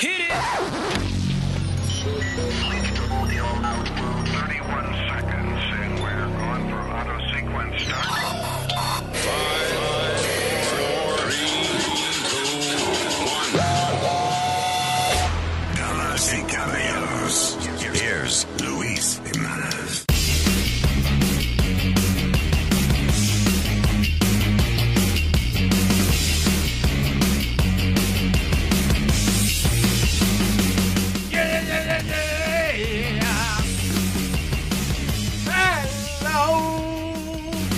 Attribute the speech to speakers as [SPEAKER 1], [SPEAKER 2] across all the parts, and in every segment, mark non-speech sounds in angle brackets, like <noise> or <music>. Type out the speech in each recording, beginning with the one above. [SPEAKER 1] Hit it!
[SPEAKER 2] Damas y caballeros, here's Luis Jimenez.
[SPEAKER 1] Hello,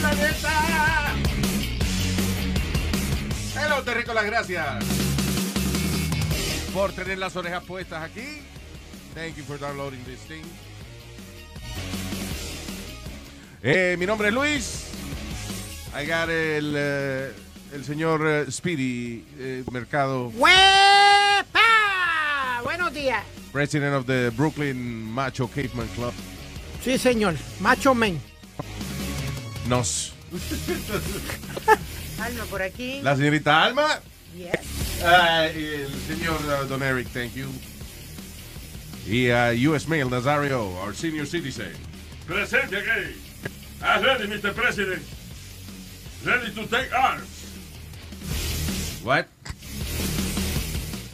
[SPEAKER 1] planeta.
[SPEAKER 3] Hello, Terrícolas, gracias por tener las orejas puestas aquí. Thank you for downloading this thing. Eh, mi nombre es Luis. I got el, eh, el señor eh, Speedy eh, Mercado,
[SPEAKER 4] ¡Huepa! Buenos días.
[SPEAKER 3] president of the Brooklyn Macho Caveman Club.
[SPEAKER 4] Sí, señor. Macho Men.
[SPEAKER 3] Nos.
[SPEAKER 4] <laughs> Alma por aquí.
[SPEAKER 3] La señorita Alma.
[SPEAKER 4] Yes.
[SPEAKER 3] Ah, y el señor uh, Don Eric, thank you. Y a US Mail Nazario, our senior citizen.
[SPEAKER 5] Presente aquí. I'm ready, Mr. President. Ready to take arms.
[SPEAKER 4] <laughs>
[SPEAKER 3] What?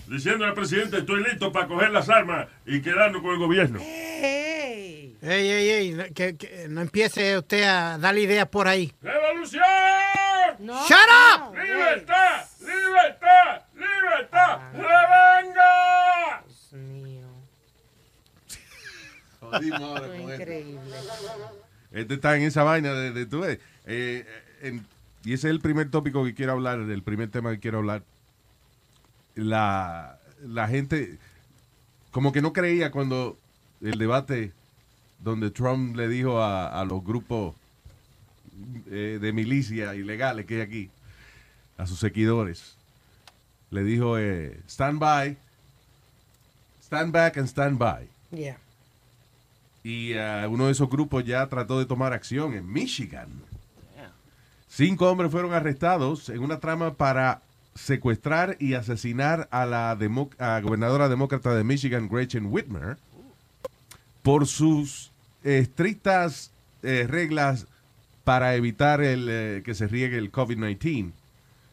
[SPEAKER 5] Diciendo al presidente, estoy listo para coger las armas y quedarnos con el gobierno.
[SPEAKER 4] Ey, ey, ey. no- Que, que no empiece usted a dar ideas por ahí.
[SPEAKER 5] ¡Revolución!
[SPEAKER 4] ¡Shut up!
[SPEAKER 5] ¡Libertad! ¡Libertad! ¡Libertad! ¡Revenga!
[SPEAKER 3] Este está en esa vaina de, de- tú ves, eh, en- y ese es el primer tópico que quiero hablar, el primer tema que quiero hablar. La, la gente como que no creía cuando el debate donde Trump le dijo a, a los grupos eh, de milicia ilegales que hay aquí, a sus seguidores, le dijo eh, stand by, stand back and stand by.
[SPEAKER 4] Yeah.
[SPEAKER 3] Y ah, uno de esos grupos ya trató de tomar acción en Michigan. Cinco hombres fueron arrestados en una trama para secuestrar y asesinar a la demo- a gobernadora demócrata de Michigan, Gretchen Whitmer, por sus eh, estrictas eh, reglas para evitar el, eh, que se riegue el COVID-19,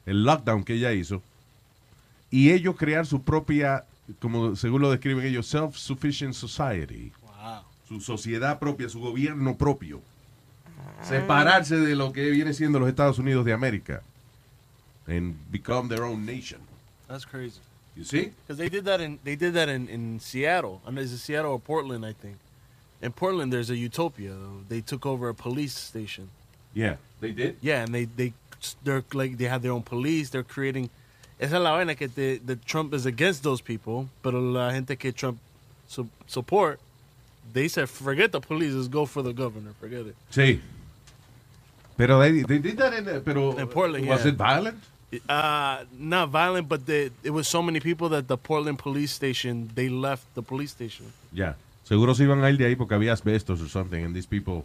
[SPEAKER 3] el lockdown que ella hizo, y ellos crear su propia, como según lo describen ellos, self-sufficient society su sociedad propia, su gobierno propio. Separarse de lo que viene siendo los Estados Unidos de América. And become their own nation.
[SPEAKER 6] That's crazy.
[SPEAKER 3] You see?
[SPEAKER 6] Because they did that in they did that in, in Seattle. I know it's in Seattle or Portland, I think. In Portland, there's a utopia. They took over a police station.
[SPEAKER 3] Yeah. They did.
[SPEAKER 6] Yeah, and they they they're like they have their own police. They're creating. Esa es la vaina que the, the Trump is against those people, pero la gente que Trump su, support, they said forget the police, just go for the governor. Forget it.
[SPEAKER 3] Sí. Pero they, they did that in, uh, pero
[SPEAKER 6] In Portland,
[SPEAKER 3] was
[SPEAKER 6] yeah.
[SPEAKER 3] it violent?
[SPEAKER 6] Uh, not violent, but the, it was so many people that the Portland police station they left the police station.
[SPEAKER 3] Yeah. Seguro se iban a ir de ahí porque había asbestos or something and these <laughs> people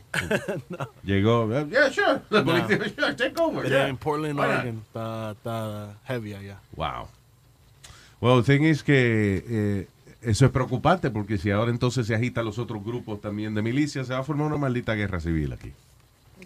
[SPEAKER 3] llegó, uh, yeah, sure,
[SPEAKER 6] No.
[SPEAKER 3] the police, sure, <laughs> take over.
[SPEAKER 6] But
[SPEAKER 3] yeah.
[SPEAKER 6] in Portland,
[SPEAKER 3] Why not?
[SPEAKER 6] Oregon, está está heavy allá.
[SPEAKER 3] Wow. Well, the thing is que eh, eso es preocupante porque si ahora entonces se agitan los otros grupos también de milicias, se va a formar una maldita guerra civil aquí.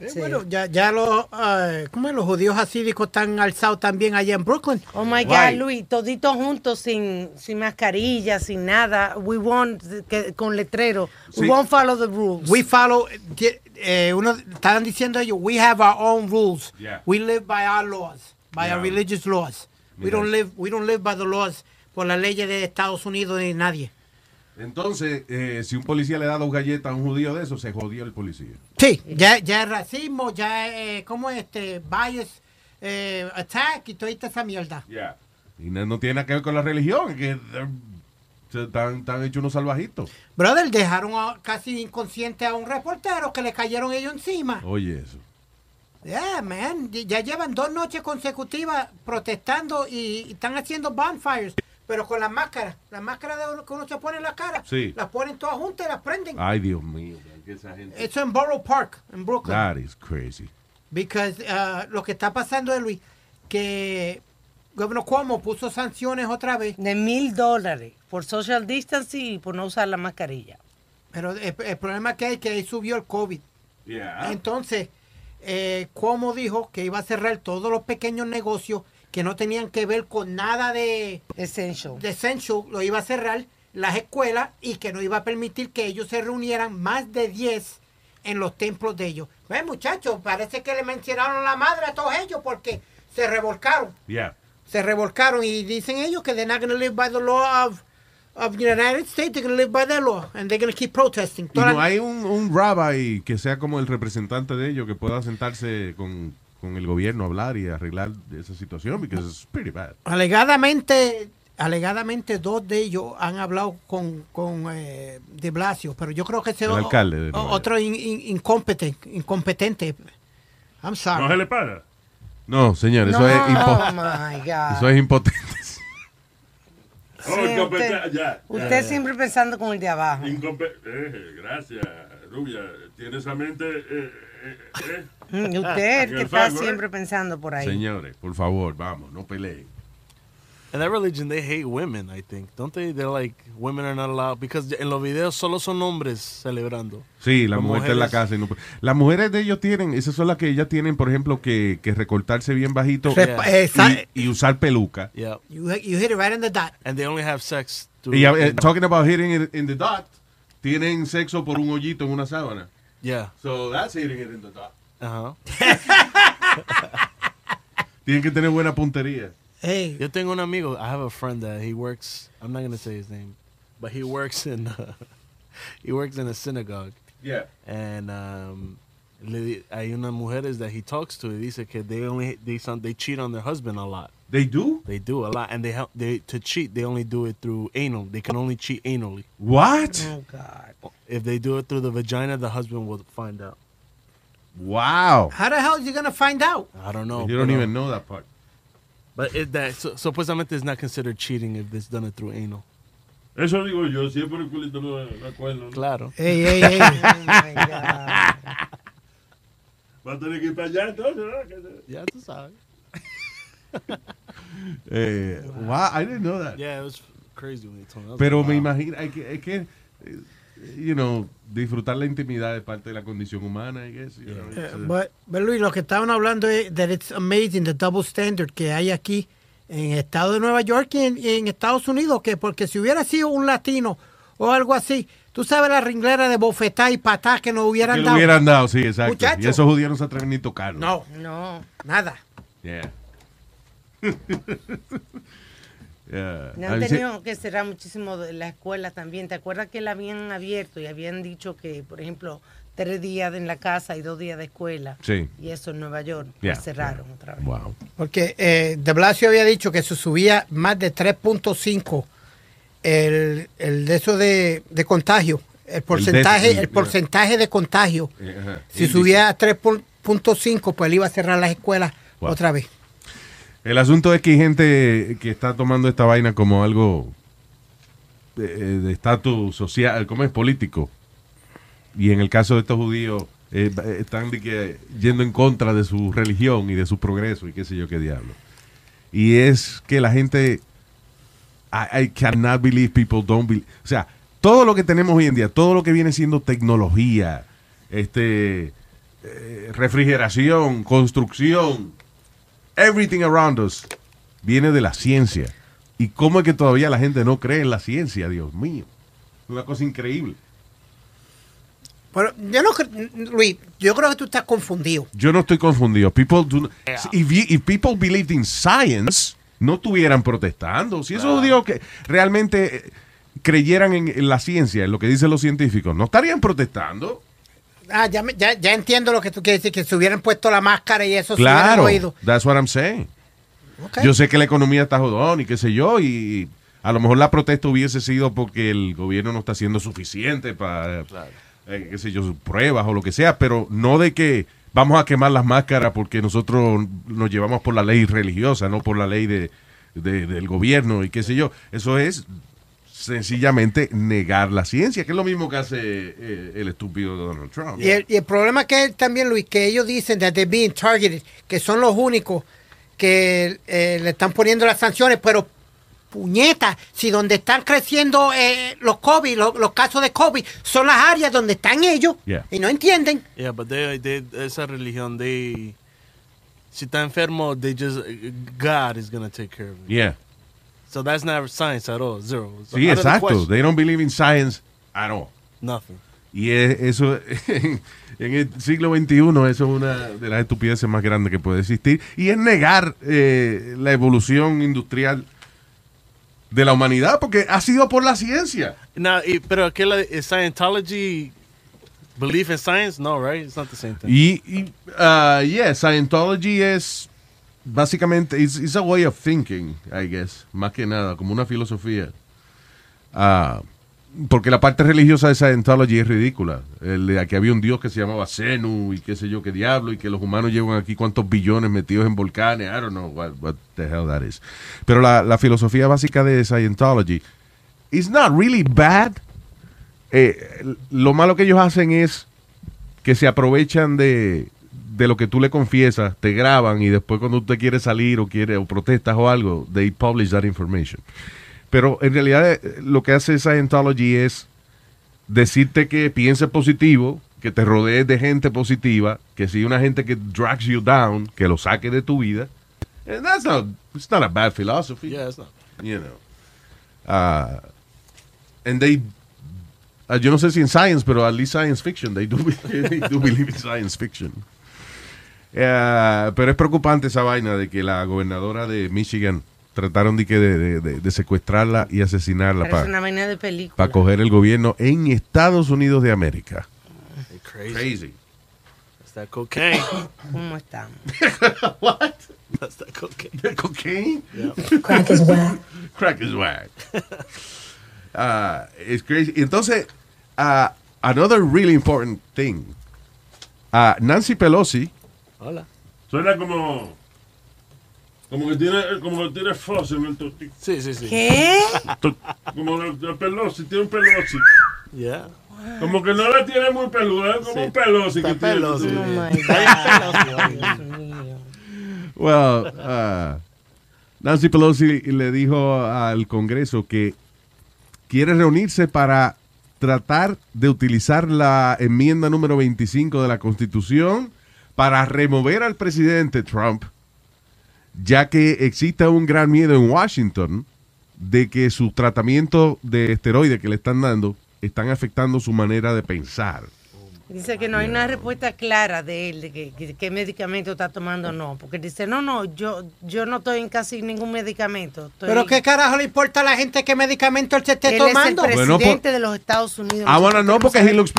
[SPEAKER 4] Eh, Bueno, ya, ya los, eh, ¿cómo es? los judíos asídicos están alzados también allá en Brooklyn.
[SPEAKER 7] Oh
[SPEAKER 3] Why?
[SPEAKER 7] my God, Luis, toditos juntos sin, sin mascarilla, sin nada. We want, que- con letrero.
[SPEAKER 3] Sí.
[SPEAKER 7] We won't follow the rules.
[SPEAKER 4] We follow, eh, eh, uno, estaban diciendo ellos, we have our own rules.
[SPEAKER 3] Yeah.
[SPEAKER 4] We live by our laws, by our
[SPEAKER 3] Yeah.
[SPEAKER 4] religious laws. We
[SPEAKER 3] Mira
[SPEAKER 4] don't
[SPEAKER 3] eso.
[SPEAKER 4] live, we don't live by the laws por las leyes de Estados Unidos ni nadie.
[SPEAKER 3] Entonces, eh, si un policía le da dos galletas a un judío de eso, se jodió el policía.
[SPEAKER 4] Sí, ya, ya es racismo, ya es, eh, ¿cómo es este? Bias, eh, attack y toda esa mierda.
[SPEAKER 3] Y no, no tiene nada que ver con la religión, es que eh, se están, están hechos unos salvajitos.
[SPEAKER 4] Brother, dejaron a- casi inconsciente a un reportero que le cayeron ellos encima.
[SPEAKER 3] Oye, eso.
[SPEAKER 4] Yeah, man. Ya llevan dos noches consecutivas protestando y, y están haciendo bonfires. pero con las máscaras. Las máscaras de uno- que uno se pone en la cara,
[SPEAKER 3] Sí. Ah.
[SPEAKER 4] las ponen todas juntas y las prenden.
[SPEAKER 3] Ay, Dios mío, man, que esa gente.
[SPEAKER 4] Eso en Borough Park, en Brooklyn.
[SPEAKER 3] That is crazy.
[SPEAKER 4] Because uh, lo que está pasando es, Luis, que Gobernador Cuomo puso sanciones otra vez,
[SPEAKER 7] De mil dólares por social distancing y por no usar la mascarilla.
[SPEAKER 4] pero el, el problema que hay es que ahí subió el COVID.
[SPEAKER 3] Yeah.
[SPEAKER 4] Entonces, eh, Cuomo dijo que iba a cerrar todos los pequeños negocios que no tenían que ver con nada de,
[SPEAKER 7] Essential.
[SPEAKER 4] de Essential, lo iba a cerrar las escuelas y que no iba a permitir que ellos se reunieran más de 10 en los templos de ellos. Ven, muchachos, parece que le mencionaron la madre a todos ellos porque se revolcaron.
[SPEAKER 3] Yeah.
[SPEAKER 4] se revolcaron y dicen ellos que they're not going to live by the law of of the United States, they're going to live by their law and they're going to keep protesting.
[SPEAKER 3] Y no
[SPEAKER 4] Toda-
[SPEAKER 3] hay un, un rabbi que sea como el representante de ellos que pueda sentarse con, con el gobierno a hablar y arreglar esa situación, porque es pretty bad.
[SPEAKER 4] Alegadamente, alegadamente dos de ellos han hablado con, con eh, De Blasio, pero yo creo que ese
[SPEAKER 3] El
[SPEAKER 4] o-
[SPEAKER 3] alcalde de
[SPEAKER 4] o-
[SPEAKER 3] Nueva York.
[SPEAKER 4] otro in- in- incompetente, incompetente. I'm
[SPEAKER 5] No se
[SPEAKER 4] sorry.
[SPEAKER 5] le para.
[SPEAKER 3] No, señor, eso
[SPEAKER 7] no,
[SPEAKER 3] es
[SPEAKER 7] oh
[SPEAKER 3] impo-
[SPEAKER 7] my
[SPEAKER 3] <laughs>
[SPEAKER 7] God.
[SPEAKER 3] eso es impotente.
[SPEAKER 7] Sí,
[SPEAKER 5] Oh,
[SPEAKER 7] usted-
[SPEAKER 5] incompetente. Ya.
[SPEAKER 3] Eh.
[SPEAKER 7] Usted siempre pensando con el de abajo.
[SPEAKER 5] Incompe- eh, gracias, Rubia. Tiene esa mente. eh, eh, eh.
[SPEAKER 7] Mm, Usted es el
[SPEAKER 5] Y
[SPEAKER 7] que
[SPEAKER 5] el
[SPEAKER 7] está
[SPEAKER 5] fango, ¿eh?
[SPEAKER 7] siempre pensando por ahí.
[SPEAKER 3] Señores, por favor, vamos, no peleen.
[SPEAKER 6] And that religion, they hate women, I think. Don't they? They're like, women are not allowed. Because en los videos solo son hombres celebrando.
[SPEAKER 3] Sí, la
[SPEAKER 6] Las
[SPEAKER 3] mujer está en la
[SPEAKER 6] mujeres-
[SPEAKER 3] casa. y no puede- Las mujeres de ellos tienen, esas son las que ellas tienen, por ejemplo, que, que recortarse bien bajito
[SPEAKER 4] Rep- esa-
[SPEAKER 3] y, y usar peluca.
[SPEAKER 6] Yeah.
[SPEAKER 4] you, you hit it right in the dot.
[SPEAKER 6] And they only have sex. through-
[SPEAKER 3] Y eh, talking about hitting it in the dot, tienen sexo por un hoyito en una sábana.
[SPEAKER 6] yeah.
[SPEAKER 3] So that's hitting it in the dot.
[SPEAKER 6] Uh-huh.
[SPEAKER 3] Tienen que tener buena puntería.
[SPEAKER 4] Hey,
[SPEAKER 6] Yo tengo un amigo. I have a friend that he works. I'm not gonna say his name, but he works in. <laughs> Uh, he works in a synagogue,
[SPEAKER 3] Yeah.
[SPEAKER 6] and um, le, hay unas mujeres that he talks to. Y dice que they only they son, they cheat on their husband a lot.
[SPEAKER 3] They do?
[SPEAKER 6] They do a lot, and they help they to cheat. They only do it through anal. They can only cheat anally.
[SPEAKER 3] What?
[SPEAKER 7] Oh God.
[SPEAKER 6] If they do it through the vagina, the husband will find out.
[SPEAKER 3] Wow.
[SPEAKER 4] how the hell is you going to find out?
[SPEAKER 6] I don't know.
[SPEAKER 3] You don't
[SPEAKER 6] pero-
[SPEAKER 3] even know that part.
[SPEAKER 6] But it, that so, supuestamente it's not considered cheating if it's done it through anal.
[SPEAKER 5] Eso digo yo, si es por el culito no no acuerdo. ¿no?
[SPEAKER 6] Claro.
[SPEAKER 4] Hey, hey, hey.
[SPEAKER 7] Oh my God.
[SPEAKER 3] <laughs>
[SPEAKER 5] Va a tener que ir para allá entonces, ¿verdad? Que-
[SPEAKER 6] Yeah, tú sabes.
[SPEAKER 3] Eh, wow, I didn't know that.
[SPEAKER 6] Yeah, it was crazy when he told me. I was
[SPEAKER 3] Pero
[SPEAKER 6] like,
[SPEAKER 3] me
[SPEAKER 6] wow.
[SPEAKER 3] imagino, hay que, hay que eh, you know, disfrutar la intimidad es parte de la condición humana, I guess. you know,
[SPEAKER 7] Eh,
[SPEAKER 3] it's, uh,
[SPEAKER 4] But, but Luis, lo que estaban hablando es that it's amazing the double standard que hay aquí en el estado de Nueva York y en, y en Estados Unidos, que porque si hubiera sido un latino o algo así, tú sabes la ringlera de bofetá y patá que nos hubieran
[SPEAKER 3] que lo
[SPEAKER 4] dado.
[SPEAKER 3] hubieran dado, sí, exacto.
[SPEAKER 4] Muchacho.
[SPEAKER 3] Y esos judíos no se atreven ni a tocarlo.
[SPEAKER 4] No,
[SPEAKER 7] No,
[SPEAKER 4] nada.
[SPEAKER 7] <laughs>
[SPEAKER 3] Yeah. <laughs> Yeah.
[SPEAKER 7] no
[SPEAKER 3] Ah,
[SPEAKER 7] han
[SPEAKER 3] sí.
[SPEAKER 7] tenido que cerrar muchísimo de la escuela también. ¿Te acuerdas que la habían abierto y habían dicho que, por ejemplo, tres días en la casa y dos días de escuela?
[SPEAKER 3] Sí.
[SPEAKER 7] Y eso en Nueva York.
[SPEAKER 3] Yeah,
[SPEAKER 7] La cerraron otra vez.
[SPEAKER 3] Wow.
[SPEAKER 4] Porque eh, de Blasio había dicho que se subía más de 3.5 el, el de eso de, de contagio, el porcentaje,
[SPEAKER 3] déficit,
[SPEAKER 4] el,
[SPEAKER 3] yeah.
[SPEAKER 4] porcentaje de contagio.
[SPEAKER 3] Eh, ajá.
[SPEAKER 4] Si
[SPEAKER 3] Índice.
[SPEAKER 4] subía a 3.5, pues él iba a cerrar las escuelas
[SPEAKER 3] Wow.
[SPEAKER 4] otra vez.
[SPEAKER 3] El asunto es que hay gente que está tomando esta vaina como algo de- de estatus social, ¿cómo es? Político. Y en el caso de estos judíos, eh, va- eh, están de que yendo en contra de su religión y de su progreso y qué sé yo qué diablo. Y es que la gente, I, I cannot believe people don't believe. O sea, todo lo que tenemos hoy en día, todo lo que viene siendo tecnología, este, eh, refrigeración, construcción, everything around us viene de la ciencia. ¿Y cómo es que todavía la gente no cree en la ciencia? Dios mío. Una cosa increíble.
[SPEAKER 4] Pero yo no cre- Luis, yo creo que tú estás confundido.
[SPEAKER 3] Yo no estoy confundido. People do not- if, you- if people believed in science, no estuvieran protestando. Si esos judíos que realmente eh, creyeran en, en la ciencia, en lo que dicen los científicos, no estarían protestando.
[SPEAKER 4] Ah, ya, me- ya, ya entiendo lo que tú quieres decir, que se hubieran puesto la máscara y eso
[SPEAKER 3] Claro.
[SPEAKER 4] se hubieran oído.
[SPEAKER 3] That's what I'm saying.
[SPEAKER 4] Ok.
[SPEAKER 3] Yo sé que la economía está jodón y qué sé yo, y a lo mejor la protesta hubiese sido porque el gobierno no está haciendo suficiente para, eh, qué sé yo, sus pruebas o lo que sea, pero no de que vamos a quemar las máscaras porque nosotros nos llevamos por la ley religiosa, no por la ley de, de- del gobierno y qué sé yo. Eso es sencillamente negar la ciencia, que es lo mismo que hace eh, el estúpido Donald Trump.
[SPEAKER 4] Y el, y el problema que él también, Luis, que ellos dicen that they're being targeted, que son los únicos que eh, le están poniendo las sanciones, pero puñeta, si donde están creciendo eh, los COVID, lo- los casos de COVID, son las áreas donde están ellos
[SPEAKER 3] Yeah.
[SPEAKER 4] y no entienden.
[SPEAKER 6] Yeah, but they, they, esa religión, they, si está enfermo, they just, God is gonna take care of it.
[SPEAKER 3] Yeah.
[SPEAKER 6] So that's not science at all, zero. It's
[SPEAKER 3] Sí,
[SPEAKER 6] out of the
[SPEAKER 3] exacto.
[SPEAKER 6] question.
[SPEAKER 3] They don't believe in science at all.
[SPEAKER 6] Nothing.
[SPEAKER 3] Y e- eso, <laughs> en el siglo XXI, eso es una de las estupideces más grandes que puede existir. Y es negar eh, la evolución industrial de la humanidad, porque ha sido por la ciencia.
[SPEAKER 6] Now, eh, pero aquella, is Scientology belief in science? No, right? It's not the same thing.
[SPEAKER 3] Y, y ah, yeah, Scientology es básicamente, it's, it's a way of thinking, I guess, más que nada, como una filosofía. Ah, porque la parte religiosa de Scientology es ridícula. El de que había un dios que se llamaba Zenu y qué sé yo qué diablo y que los humanos llevan aquí cuántos billones metidos en volcanes. I don't know what, what the hell that is. Pero la, la filosofía básica de Scientology is not really bad. Eh, lo malo que ellos hacen es que se aprovechan de, de lo que tú le confiesas, te graban y después cuando usted quiere salir o quiere o protestas o algo, they publish that information. Pero en realidad eh, lo que hace Scientology es decirte que pienses positivo, que te rodees de gente positiva, que si hay una gente que drags you down, que lo saque de tu vida. And that's not, it's not a bad philosophy
[SPEAKER 6] Yeah, it's not.
[SPEAKER 3] you know. Uh, and they, uh, yo no sé si en science, pero at least science fiction, they do, <laughs> they do believe in science fiction. Uh, pero es preocupante esa vaina de que la gobernadora de Michigan trataron de, que de, de- de- de secuestrarla y asesinarla
[SPEAKER 7] Parece
[SPEAKER 3] para
[SPEAKER 7] una vaina de película.
[SPEAKER 3] coger el gobierno en Estados Unidos de América.
[SPEAKER 6] They crazy.
[SPEAKER 3] Crazy.
[SPEAKER 6] That's that cocaine. <laughs>
[SPEAKER 7] ¿Cómo estamos?
[SPEAKER 6] that's that cocaine.
[SPEAKER 3] Cocaine?
[SPEAKER 8] Crack is whack.
[SPEAKER 3] <laughs> Crack is whack. Ah, it's crazy. Entonces, ah, another really important thing. Ah, Nancy Pelosi,
[SPEAKER 6] Hola.
[SPEAKER 5] Suena como. Como que tiene, como que tiene fósil en el tostico.
[SPEAKER 6] Sí, sí, sí.
[SPEAKER 7] <laughs> ¿Qué?
[SPEAKER 5] Como la, la Pelosi, tiene un Pelosi.
[SPEAKER 6] Yeah.
[SPEAKER 5] Como que no la tiene muy peluda, es como
[SPEAKER 6] Sí.
[SPEAKER 5] un Pelosi. Que
[SPEAKER 6] Está
[SPEAKER 5] tiene.
[SPEAKER 6] Pelosi.
[SPEAKER 7] Oh my God. Dios mío.
[SPEAKER 3] well, ah, Nancy Pelosi le dijo al Congreso que quiere reunirse para tratar de utilizar la enmienda número 25 de la Constitución para remover al presidente Trump, ya que existe un gran miedo en Washington de que su tratamiento de esteroides que le están dando están afectando su manera de pensar.
[SPEAKER 7] Dice que no hay una respuesta clara de él, de que- que- qué medicamento está tomando o no. Porque dice, no, no, yo, yo no estoy en casi ningún medicamento. estoy-
[SPEAKER 4] Pero qué carajo le importa a la gente qué medicamento él se esté
[SPEAKER 7] Él es el
[SPEAKER 4] tomando.
[SPEAKER 7] presidente
[SPEAKER 3] Bueno, Ah, por-
[SPEAKER 7] de los Estados Unidos.
[SPEAKER 3] I wanna
[SPEAKER 7] Nosotros
[SPEAKER 3] know
[SPEAKER 7] queremos
[SPEAKER 3] because he
[SPEAKER 7] saber
[SPEAKER 3] looks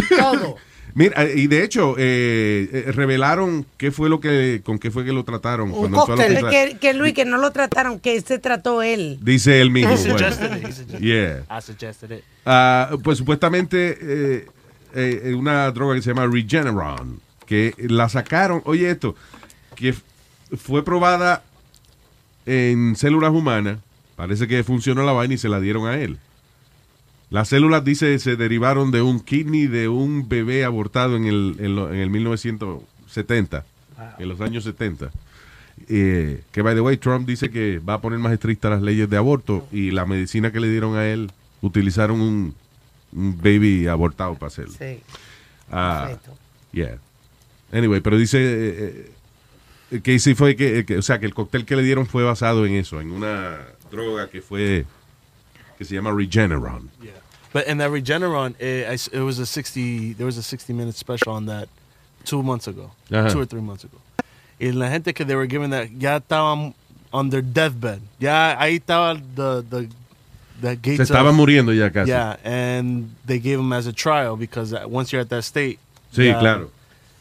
[SPEAKER 3] pretty
[SPEAKER 7] todo,
[SPEAKER 3] good.
[SPEAKER 7] <laughs> Todo.
[SPEAKER 3] Mira, eh, y de hecho, eh, eh, revelaron qué fue lo que, con qué fue que lo trataron.
[SPEAKER 4] Un
[SPEAKER 3] cuando fue al
[SPEAKER 4] cóctel.
[SPEAKER 3] hospital.
[SPEAKER 7] que, que Luis, que no lo trataron, que se trató él.
[SPEAKER 3] Dice él mismo.
[SPEAKER 6] He
[SPEAKER 3] bueno.
[SPEAKER 6] suggested it. He suggested
[SPEAKER 3] Yeah.
[SPEAKER 6] it. I suggested it.
[SPEAKER 3] Ah, pues supuestamente eh, eh, una droga que se llama Regeneron, que la sacaron, oye esto, que f- fue probada en células humanas, parece que funcionó la vaina y se la dieron a él. Las células, dice, se derivaron de un kidney de un bebé abortado en el, en lo- en el 1970, en los años 70. Eh, que, by the way, Trump dice que va a poner más estrictas las leyes de aborto y la medicina que le dieron a él, utilizaron un, un baby abortado para hacerlo.
[SPEAKER 7] Sí,
[SPEAKER 3] Ah,
[SPEAKER 7] perfecto.
[SPEAKER 3] Yeah. Anyway, pero dice eh, eh, que sí fue que, que- o sea, que el cóctel que le dieron fue basado en eso, en una droga que fue que se llama Regeneron.
[SPEAKER 6] Yeah. But in that Regeneron, eh, I s- it, was a sixty. There was a sixty-minute special on that two months ago,
[SPEAKER 3] Ajá.
[SPEAKER 6] two or three months ago. Y la gente que they were giving that ya estaban on their deathbed. Ya ahí estaba the the the gates.
[SPEAKER 3] Se estaba
[SPEAKER 6] of-
[SPEAKER 3] muriendo ya casi.
[SPEAKER 6] Yeah, and they gave him as a trial because that- once you're at that state.
[SPEAKER 3] Sí,
[SPEAKER 6] ya-
[SPEAKER 3] claro.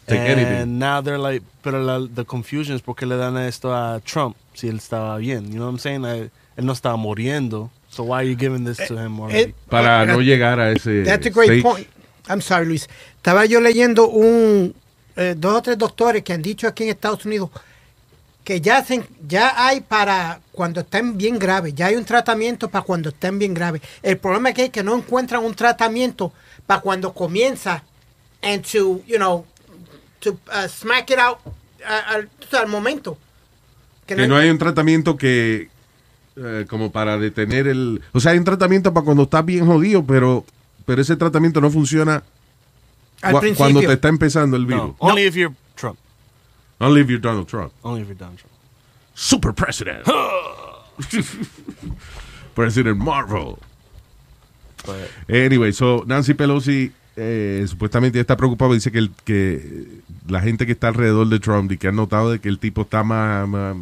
[SPEAKER 3] Take
[SPEAKER 6] and
[SPEAKER 3] anything.
[SPEAKER 6] now they're like, pero la, the confusion es porque le dan esto a Trump si él estaba bien. You know what I'm saying? Like, él no estaba muriendo. So why are you giving this to him already?
[SPEAKER 3] Para no llegar a ese
[SPEAKER 4] That's a great
[SPEAKER 3] stage.
[SPEAKER 4] point. I'm sorry, Luis. Estaba yo leyendo un eh, dos o tres doctores que han dicho aquí en Estados Unidos que ya, se- ya hay para cuando estén bien graves, ya hay un tratamiento para cuando estén bien graves. El problema que es que no encuentran un tratamiento para cuando comienza and to, you know, to uh, smack it out a- al, tú sabes, al momento. Que
[SPEAKER 3] Que no hay un tratamiento que eh, como para detener el... O sea, hay un tratamiento para cuando estás bien jodido, pero, pero ese tratamiento no funciona
[SPEAKER 4] Al
[SPEAKER 3] cua-
[SPEAKER 4] principio.
[SPEAKER 3] cuando te está empezando el virus.
[SPEAKER 6] No, only if you're Trump.
[SPEAKER 3] Only if you're Donald Trump.
[SPEAKER 6] Only if you're Donald Trump.
[SPEAKER 3] Super President. <laughs> President Marvel.
[SPEAKER 6] But
[SPEAKER 3] Anyway, so Nancy Pelosi eh, supuestamente está preocupada. Dice que, el, que la gente que está alrededor de Trump y que han notado de que el tipo está más, más,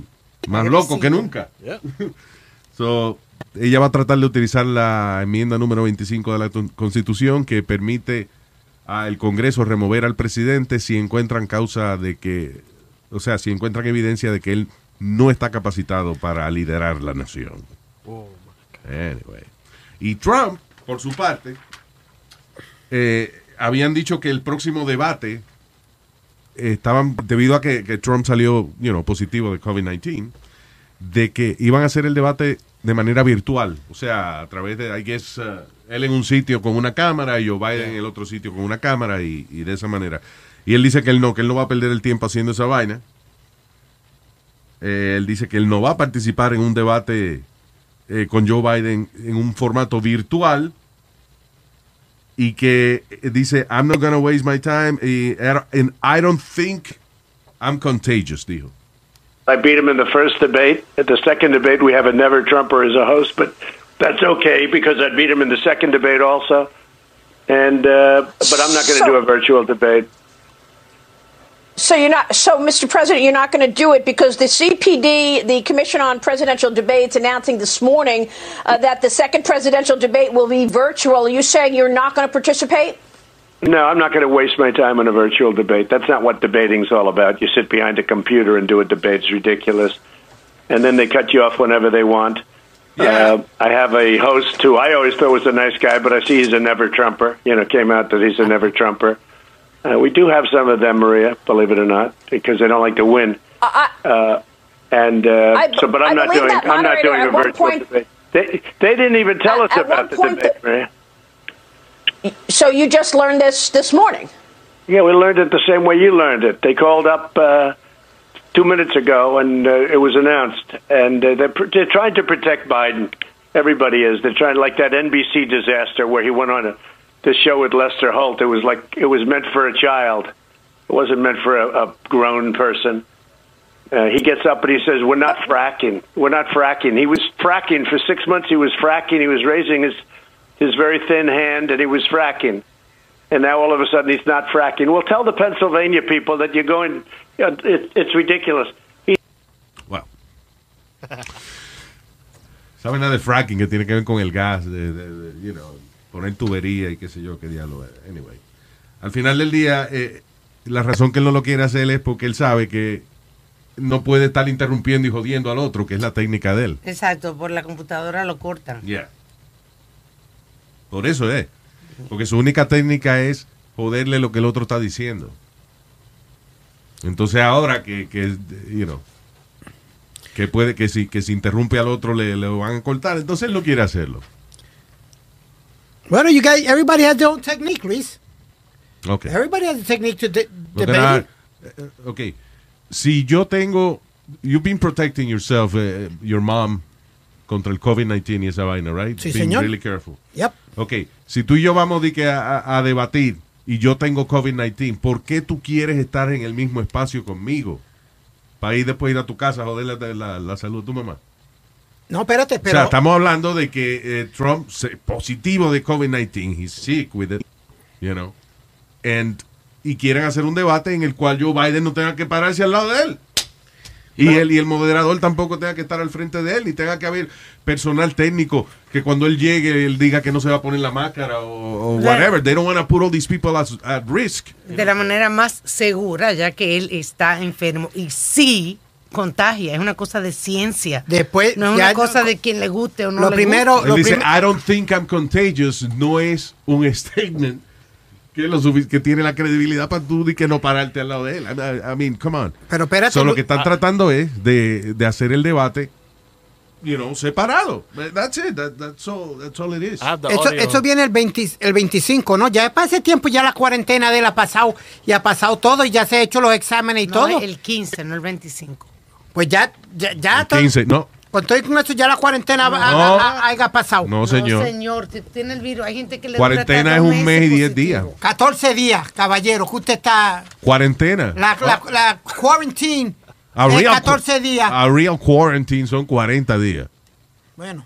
[SPEAKER 3] más loco que nunca.
[SPEAKER 6] yeah,
[SPEAKER 3] So, ella va a tratar de utilizar la enmienda número 25 de la tu- Constitución que permite al Congreso remover al presidente si encuentran causa de que, o sea, si encuentran evidencia de que él no está capacitado para liderar la nación. Anyway. Y Trump, por su parte, eh, habían dicho que el próximo debate eh, estaban, debido a que, que Trump salió you know, positivo de COVID-19, de que iban a hacer el debate de manera virtual, o sea, a través de, I guess, uh, él en un sitio con una cámara y Joe Biden en el otro sitio con una cámara y, y de esa manera. Y él dice que él no, que él no va a perder el tiempo haciendo esa vaina. Eh, él dice que él no va a participar en un debate eh, con Joe Biden en un formato virtual y que eh, dice, I'm not gonna waste my time y, er, and I don't think I'm contagious, dijo.
[SPEAKER 8] I beat him in the first debate. At the second debate, we have a never Trumper as a host, but that's okay because I beat him in the second debate also. And uh, but I'm not going to do a virtual debate.
[SPEAKER 9] So you're not. So, Mr. President, you're not going to do it because the CPD, the Commission on Presidential Debates, announcing this morning uh, that the second presidential debate will be virtual. Are you saying you're not going to participate?
[SPEAKER 8] No, I'm not going to waste my time on a virtual debate. That's not what debating's all about. You sit behind a computer and do a debate. It's ridiculous. And then they cut you off whenever they want. Uh, I have a host who I always thought was a nice guy, but I see he's a never Trumper. You know, came out that he's a never Trumper. Uh, we do have some of them, Maria, believe it or not, because they don't like to win. Uh, and uh,
[SPEAKER 9] I-
[SPEAKER 8] so, but I'm
[SPEAKER 9] I
[SPEAKER 8] not
[SPEAKER 9] believe
[SPEAKER 8] doing.
[SPEAKER 9] that
[SPEAKER 8] I'm not
[SPEAKER 9] moderator
[SPEAKER 8] doing
[SPEAKER 9] at
[SPEAKER 8] a
[SPEAKER 9] one
[SPEAKER 8] virtual
[SPEAKER 9] point-
[SPEAKER 8] debate. They, they didn't even tell
[SPEAKER 9] At-
[SPEAKER 8] us
[SPEAKER 9] at
[SPEAKER 8] about
[SPEAKER 9] one
[SPEAKER 8] the
[SPEAKER 9] point
[SPEAKER 8] debate,
[SPEAKER 9] the-
[SPEAKER 8] Maria.
[SPEAKER 9] So you just learned this this morning.
[SPEAKER 8] Yeah, we learned it the same way you learned it. They called up uh, two minutes ago, and uh, it was announced. And uh, they're, pr- they're trying to protect Biden. Everybody is. They're trying like that NBC disaster where he went on a, this show with Lester Holt. It was like it was meant for a child. It wasn't meant for a, a grown person. Uh, he gets up and he says, "We're not fracking. We're not fracking." He was fracking for six months. He was fracking. He was raising his his very thin hand, and he was fracking and now all of a sudden he's not fracking. Well, tell the Pennsylvania people that you're going. It, it's ridiculous.
[SPEAKER 3] Wow. ¿Saben nada de fracking que tiene que ver con el gas, de, de- de, you know, poner tubería y qué sé yo, qué diablo es? Anyway. Al final del día, eh, la razón que él no lo quiere hacer es porque él sabe que no puede estar interrumpiendo y jodiendo al otro, que es la técnica de él.
[SPEAKER 7] Exacto, por la computadora lo cortan.
[SPEAKER 3] Yeah. Por eso es. Porque su única técnica es joderle lo que el otro está diciendo. Entonces ahora que, que you know, que puede que si que si interrumpe al otro le, le van a cortar, entonces él no quiere hacerlo.
[SPEAKER 4] Bueno, you guys, everybody has their own technique, Luis.
[SPEAKER 3] Ok.
[SPEAKER 4] Everybody has a technique to de-
[SPEAKER 3] No te
[SPEAKER 4] debate.
[SPEAKER 3] la- eh, ok. Si yo tengo you've been protecting yourself eh, your mom contra el COVID-19 y esa vaina, right?
[SPEAKER 4] Sí,
[SPEAKER 3] Being
[SPEAKER 4] señor.
[SPEAKER 3] really careful.
[SPEAKER 4] Yep.
[SPEAKER 3] Ok, si tú y yo vamos di que, a, a- a debatir y yo tengo COVID-19, ¿por qué tú quieres estar en el mismo espacio conmigo? Para ir después ir a tu casa a joder la, la- la salud de tu mamá.
[SPEAKER 4] No, espérate,
[SPEAKER 3] o sea,
[SPEAKER 4] pero
[SPEAKER 3] estamos hablando de que eh, Trump se- positivo de COVID-19, he's sick with it, you know. And, y quieren hacer un debate en el cual Joe Biden no tenga que pararse al lado de él. Y él y el moderador tampoco tenga que estar al frente de él y tenga que haber personal técnico que cuando él llegue él diga que no se va a poner la máscara o, o whatever. They don't want to put all these people at, at risk.
[SPEAKER 7] De la manera más segura, ya que él está enfermo y sí contagia. Es una cosa de ciencia.
[SPEAKER 4] Después,
[SPEAKER 7] no es
[SPEAKER 4] ya
[SPEAKER 7] una
[SPEAKER 4] no-
[SPEAKER 7] cosa de quien le guste o no
[SPEAKER 4] Oh, lo
[SPEAKER 7] le
[SPEAKER 4] primero,
[SPEAKER 3] Él
[SPEAKER 4] lo
[SPEAKER 3] dice,
[SPEAKER 4] prim-
[SPEAKER 3] I don't think I'm contagious. No es un <laughs> statement que, es lo sufic- que tiene la credibilidad para tú y que no pararte al lado de él. I, I- I mean, come on.
[SPEAKER 4] Pero espérate,
[SPEAKER 3] So, lo
[SPEAKER 4] Lu-
[SPEAKER 3] que están
[SPEAKER 4] Ah.
[SPEAKER 3] tratando es de, de hacer el debate, you know, separado. That's it. That- that's, all, that's all it is.
[SPEAKER 4] Eso, eso viene el, 20 el 25, ¿no? Ya para ese tiempo ya la cuarentena de él ha pasado y ha pasado todo y ya se ha hecho los exámenes y
[SPEAKER 7] No,
[SPEAKER 4] todo.
[SPEAKER 7] el 15, no el 25.
[SPEAKER 4] Pues ya, ya, ya to-
[SPEAKER 3] 15, no.
[SPEAKER 4] con todo y con eso ya la cuarentena ha-
[SPEAKER 3] No.
[SPEAKER 4] ha- ha- haya pasado.
[SPEAKER 3] No, señor.
[SPEAKER 7] Señor, si tiene el virus, hay gente que le dura hasta
[SPEAKER 3] Cuarentena es
[SPEAKER 7] dos
[SPEAKER 3] un mes y
[SPEAKER 7] meses
[SPEAKER 3] 10 días.
[SPEAKER 4] 14 días, caballero, que usted está...
[SPEAKER 3] Cuarentena.
[SPEAKER 4] La, la, la quarantine
[SPEAKER 3] A
[SPEAKER 4] es
[SPEAKER 3] Ah. real pues. Ah.
[SPEAKER 4] 14 días.
[SPEAKER 3] A real quarantine son 40 días.
[SPEAKER 4] Bueno.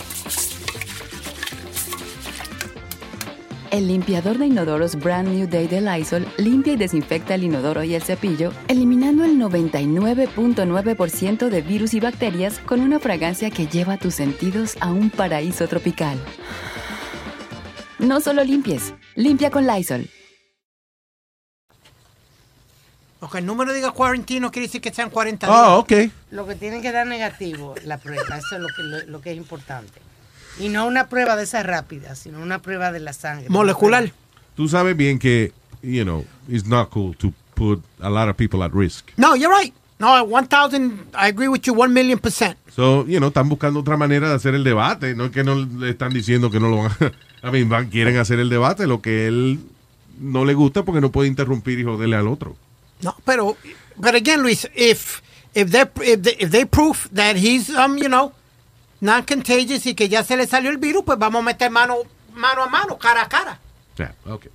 [SPEAKER 10] El limpiador de inodoros Brand New Day de Lysol limpia y desinfecta el inodoro y el cepillo, eliminando el 99.9% de virus y bacterias con una fragancia que lleva tus sentidos a un paraíso tropical. No solo limpies, limpia con Lysol.
[SPEAKER 4] Porque el número diga quarantine no quiere decir que sean 40 días.
[SPEAKER 3] Ah, ok.
[SPEAKER 7] Lo que tienen que dar negativo, la prueba, eso es lo que, lo, lo que es importante. Y no una prueba de esas rápidas, sino una prueba de la sangre.
[SPEAKER 3] Tú sabes bien que, you know, it's not cool to put a lot of people at risk.
[SPEAKER 4] No, you're right. No, 1,000, I agree with you 1 million percent.
[SPEAKER 3] So, you know, están buscando otra manera de hacer el debate. No es que no le están diciendo que no lo van a... <laughs> I mean, van- quieren hacer el debate, lo que él no le gusta porque no puede interrumpir y joderle al otro.
[SPEAKER 4] No, pero, but again, Luis, if if they if they, if they prove that he's um you know non-contagious y que ya se le salió el virus, pues vamos a meter mano mano a mano, cara a cara.
[SPEAKER 3] Yeah, okay.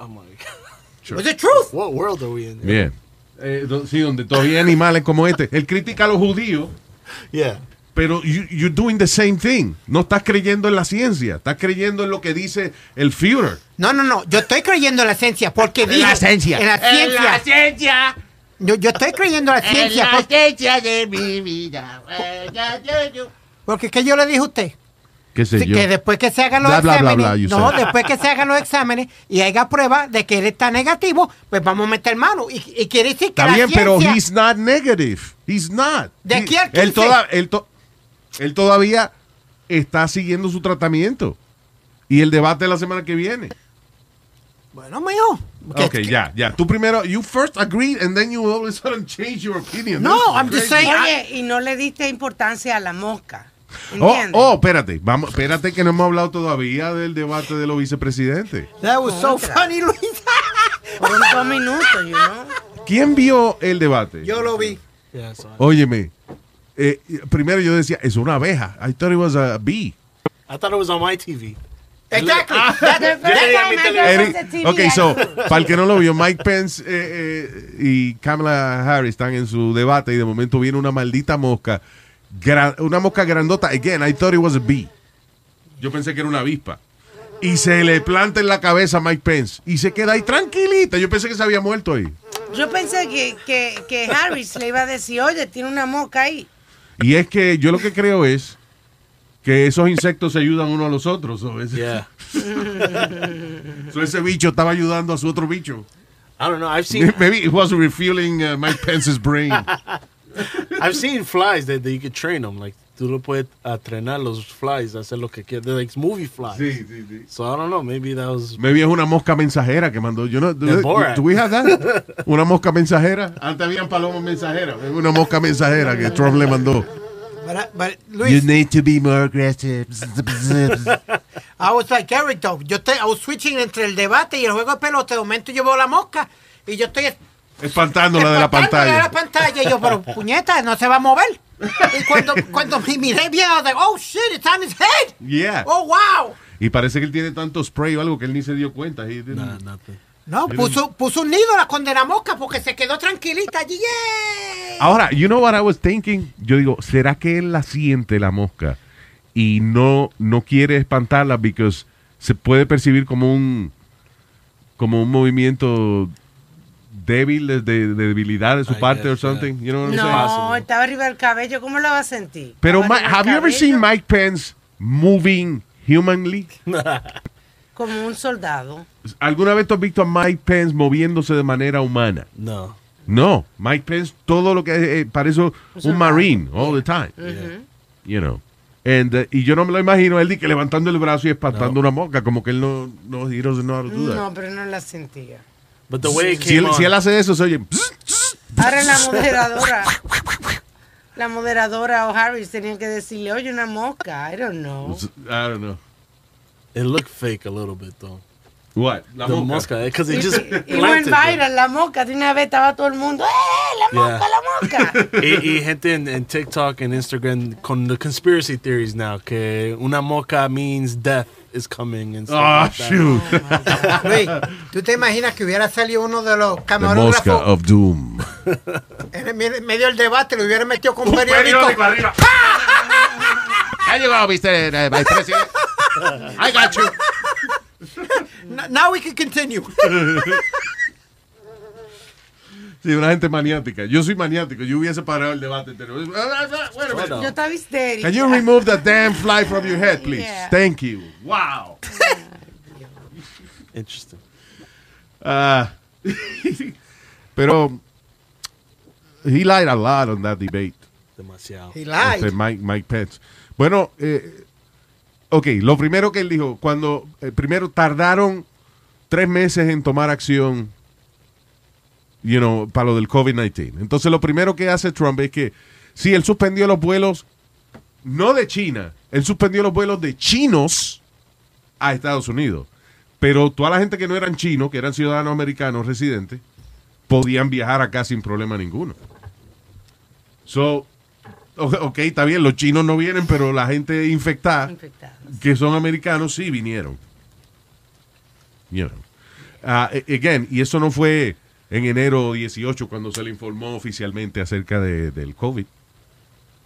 [SPEAKER 6] Oh my God.
[SPEAKER 4] Sure. the truth.
[SPEAKER 6] What world are we in?
[SPEAKER 3] Bien. Eh, sí, donde todavía hay animales como este. Él critica a los judíos.
[SPEAKER 6] Yeah.
[SPEAKER 3] Pero you, you're doing the same thing. No estás creyendo en la ciencia. Estás creyendo en lo que dice el Führer.
[SPEAKER 4] No, no, no. Yo estoy creyendo en la ciencia porque
[SPEAKER 3] En
[SPEAKER 4] dijo-
[SPEAKER 3] la ciencia.
[SPEAKER 4] en la
[SPEAKER 3] En
[SPEAKER 4] ciencia.
[SPEAKER 3] la
[SPEAKER 4] ciencia. Yo, yo estoy creyendo en la
[SPEAKER 1] En
[SPEAKER 4] ciencia.
[SPEAKER 1] la
[SPEAKER 4] ciencia de mi vida. Porque qué yo le dije a usted.
[SPEAKER 3] ¿Qué sé
[SPEAKER 4] Sí,
[SPEAKER 3] yo?
[SPEAKER 4] que después que se hagan los
[SPEAKER 3] Bla, bla, bla,
[SPEAKER 4] exámenes,
[SPEAKER 3] bla, you
[SPEAKER 4] no,
[SPEAKER 3] said.
[SPEAKER 4] después que se hagan los exámenes y haya prueba de que él está negativo, pues vamos a meter mano. Y, y quiere decir que
[SPEAKER 3] Está
[SPEAKER 4] la
[SPEAKER 3] bien, pero
[SPEAKER 4] ciencia-
[SPEAKER 3] he's not negative. He's not.
[SPEAKER 4] De
[SPEAKER 3] He-
[SPEAKER 4] aquí al
[SPEAKER 3] él,
[SPEAKER 4] 15.
[SPEAKER 3] toda- él to- él todavía está siguiendo su tratamiento. Y el debate de la semana que viene.
[SPEAKER 4] Bueno, mijo.
[SPEAKER 3] Ok, ya, ya. Tú primero, you first agreed and then you all of a sudden change your opinion. This is crazy.
[SPEAKER 7] Oye, y no le diste importancia a la mosca.
[SPEAKER 3] Oh,
[SPEAKER 7] ¿Entiendes?
[SPEAKER 3] oh, espérate, vamos, espérate que no hemos hablado todavía del debate de los vicepresidentes.
[SPEAKER 4] That was so funny, Luis.
[SPEAKER 7] Fueron dos minutos, you know.
[SPEAKER 3] ¿Quién vio el debate?
[SPEAKER 4] <laughs> Yo lo vi.
[SPEAKER 3] Óyeme, eh, primero yo decía, es una abeja. I thought it was a bee.
[SPEAKER 6] I thought it was on my TV.
[SPEAKER 4] Exactly.
[SPEAKER 7] Ah.
[SPEAKER 6] That- that time I
[SPEAKER 3] Eric- ok, so, para el que no lo vio, Mike Pence eh, eh, y Kamala Harris están en su debate y de momento viene una maldita mosca, gra- una mosca grandota. Again, I thought it was a bee. Yo pensé que era una avispa. Y se le planta en la cabeza a Mike Pence y se queda ahí tranquilita. Yo pensé que se había muerto ahí.
[SPEAKER 7] Yo pensé que, que, que Harris le iba a decir, oye, tiene una mosca ahí.
[SPEAKER 3] Y es que yo lo que creo es que esos insectos se ayudan uno a los otros. ¿no? Ese-
[SPEAKER 6] <laughs>
[SPEAKER 3] so ese bicho estaba ayudando a su otro bicho. <laughs>
[SPEAKER 6] <laughs> I don't know. I've seen.
[SPEAKER 3] Maybe it was refueling uh, Mike Pence's brain.
[SPEAKER 6] I've seen flies that, that you could train them. Like, tú lo puedes a entrenar los flies, a hacer lo que quieras. They're like movie flies.
[SPEAKER 3] Sí, sí, sí.
[SPEAKER 6] So I don't know, maybe that was.
[SPEAKER 3] Maybe es una mosca mensajera que mandó. Yo no, do,
[SPEAKER 6] The Borat.
[SPEAKER 3] do we have that? Una mosca mensajera. Antes habían palomas mensajeras. Es Una mosca mensajera que Trump le mandó.
[SPEAKER 4] But, I- but Luis,
[SPEAKER 3] You need to be more aggressive.
[SPEAKER 4] I was like Eric, though. Yo te, I was switching entre el debate y el juego de pelota. De momento yo veo la mosca y yo estoy
[SPEAKER 3] Espantándola de la
[SPEAKER 4] Dándole a
[SPEAKER 3] pantalla.
[SPEAKER 4] la pantalla y
[SPEAKER 3] <laughs>
[SPEAKER 4] yo, pero puñeta, no se va a mover. Y cuando, cuando me miré bien, I was like, oh shit, it's on his head.
[SPEAKER 3] Yeah.
[SPEAKER 4] Oh wow.
[SPEAKER 3] Y parece que él tiene tanto spray o algo que él ni se dio cuenta. He didn't-
[SPEAKER 6] Mm.
[SPEAKER 4] No, puso, puso un nido a la condena mosca porque se quedó tranquilita allí. ¡Yay!
[SPEAKER 3] Ahora, you know what I was thinking? Yo digo, ¿será que él la siente la mosca y no no quiere espantarla because se puede percibir como un como un movimiento débil de, de- de debilidad de su parte o something, you know what I'm saying?
[SPEAKER 7] No, estaba arriba del cabello, ¿cómo la va a sentir?
[SPEAKER 3] Pero Ma-
[SPEAKER 7] Estaba arriba del
[SPEAKER 3] have you ever seen
[SPEAKER 7] cabello
[SPEAKER 3] Mike Pence moving humanly?
[SPEAKER 7] Como un soldado.
[SPEAKER 3] ¿Alguna vez tú has visto a Mike Pence moviéndose de manera humana?
[SPEAKER 6] No.
[SPEAKER 3] No, Mike Pence todo lo que es, eh, para eso un marine all the time. you know. And, uh, y yo no me lo imagino él di que levantando el brazo y espantando una mosca, como que él no, no, he doesn't know how to do that.
[SPEAKER 7] No, pero no la sentía.
[SPEAKER 6] But the way it
[SPEAKER 3] si,
[SPEAKER 6] came
[SPEAKER 3] él,
[SPEAKER 6] on.
[SPEAKER 3] si él hace eso, se oye.
[SPEAKER 7] Ahora la moderadora, la moderadora o Harris tenían que decirle, oye, una mosca, I don't know.
[SPEAKER 3] I don't know.
[SPEAKER 6] It looked fake a little bit, though.
[SPEAKER 3] What?
[SPEAKER 6] the mosca. Because it <laughs> just
[SPEAKER 7] Y went
[SPEAKER 6] planted. them.
[SPEAKER 7] viral, la mosca, de una vez estaba todo el mundo, ¡eh, la mosca,
[SPEAKER 6] Yeah.
[SPEAKER 7] la mosca!
[SPEAKER 6] <laughs> y, y gente en, en TikTok and Instagram con the conspiracy theories now que una moca means death is coming and stuff
[SPEAKER 3] Ah,
[SPEAKER 6] like that.
[SPEAKER 3] shoot.
[SPEAKER 4] <laughs> Luis, ¿tú te imaginas que hubiera salido uno Ah, de los
[SPEAKER 3] The mosca
[SPEAKER 4] camarógrafos
[SPEAKER 3] of doom.
[SPEAKER 4] en el me- medio del debate, lo hubiera metido con un
[SPEAKER 3] Un
[SPEAKER 4] periódico?
[SPEAKER 3] periódico arriba. Ya llegó, Mr. eh, Vice President. I got <laughs> you.
[SPEAKER 4] N- Now we can <laughs> continue.
[SPEAKER 3] Sí, una gente maniática. Yo soy maniático. Yo hubiese parado el debate eh, entero.
[SPEAKER 7] Yo estaba histérica.
[SPEAKER 3] Can you remove that damn fly from your head, please?
[SPEAKER 7] Yeah.
[SPEAKER 3] Thank you.
[SPEAKER 7] Wow.
[SPEAKER 6] Interesting.
[SPEAKER 3] Ah, <laughs> pero he lied a lot on that debate.
[SPEAKER 6] Demasiado.
[SPEAKER 4] He lied.
[SPEAKER 3] Este Mike, Mike Pence. Bueno, eh, ok, lo primero que él dijo, cuando eh, primero tardaron tres meses en tomar acción, you know, para lo del COVID-19. Entonces lo primero que hace Trump es que, sí, él suspendió los vuelos, no de China, él suspendió los vuelos de chinos a Estados Unidos. Pero toda la gente que no eran chinos, que eran ciudadanos americanos residentes, podían viajar acá sin problema ninguno. So, o- ok, está bien, los chinos no vienen, pero la gente infectada, que son americanos, sí vinieron. You know. Ah, a- again, y eso no fue en enero 18 cuando se le informó oficialmente acerca de- del COVID.